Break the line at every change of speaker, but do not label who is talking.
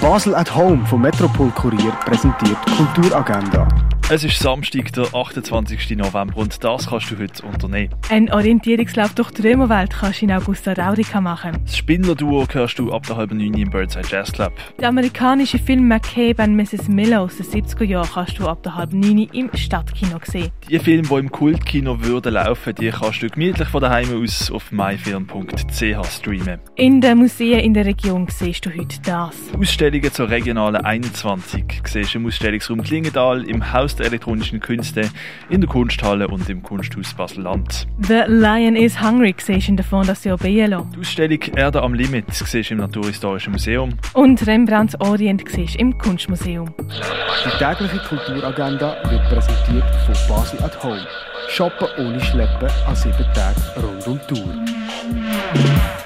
Basel at Home vom Metropol Kurier präsentiert Kulturagenda.
Es ist Samstag, der 28. November und das kannst du heute unternehmen.
Ein Orientierungslauf durch die Römerwelt kannst du in Augusta Raurica machen.
Das Spindlerduo hörst du ab der halben neun im Birdside Jazz Club.
Den amerikanischen Film McCabe and Mrs. Miller aus den 70er Jahren kannst du ab der halben neun im Stadtkino sehen.
Die Filme, die im Kultkino würden laufen, die kannst du gemütlich von daheim aus auf myfilm.ch streamen.
In den Museen in der Region siehst du heute das.
Ausstellungen zur Regionalen 21 siehst du im Ausstellungsraum Klingenthal, im Haus der elektronischen Künste, in der Kunsthalle und im Kunsthaus Basel-Land.
The Lion is Hungry siehst du in der Fondation Bielo.
Die Ausstellung Erde am Limit siehst du im Naturhistorischen Museum.
Und Rembrandts Orient siehst du im Kunstmuseum.
Die tägliche Kulturagenda wird präsentiert von Basel at Home. Shoppen ohne Schleppen an sieben Tagen rund um die Uhr.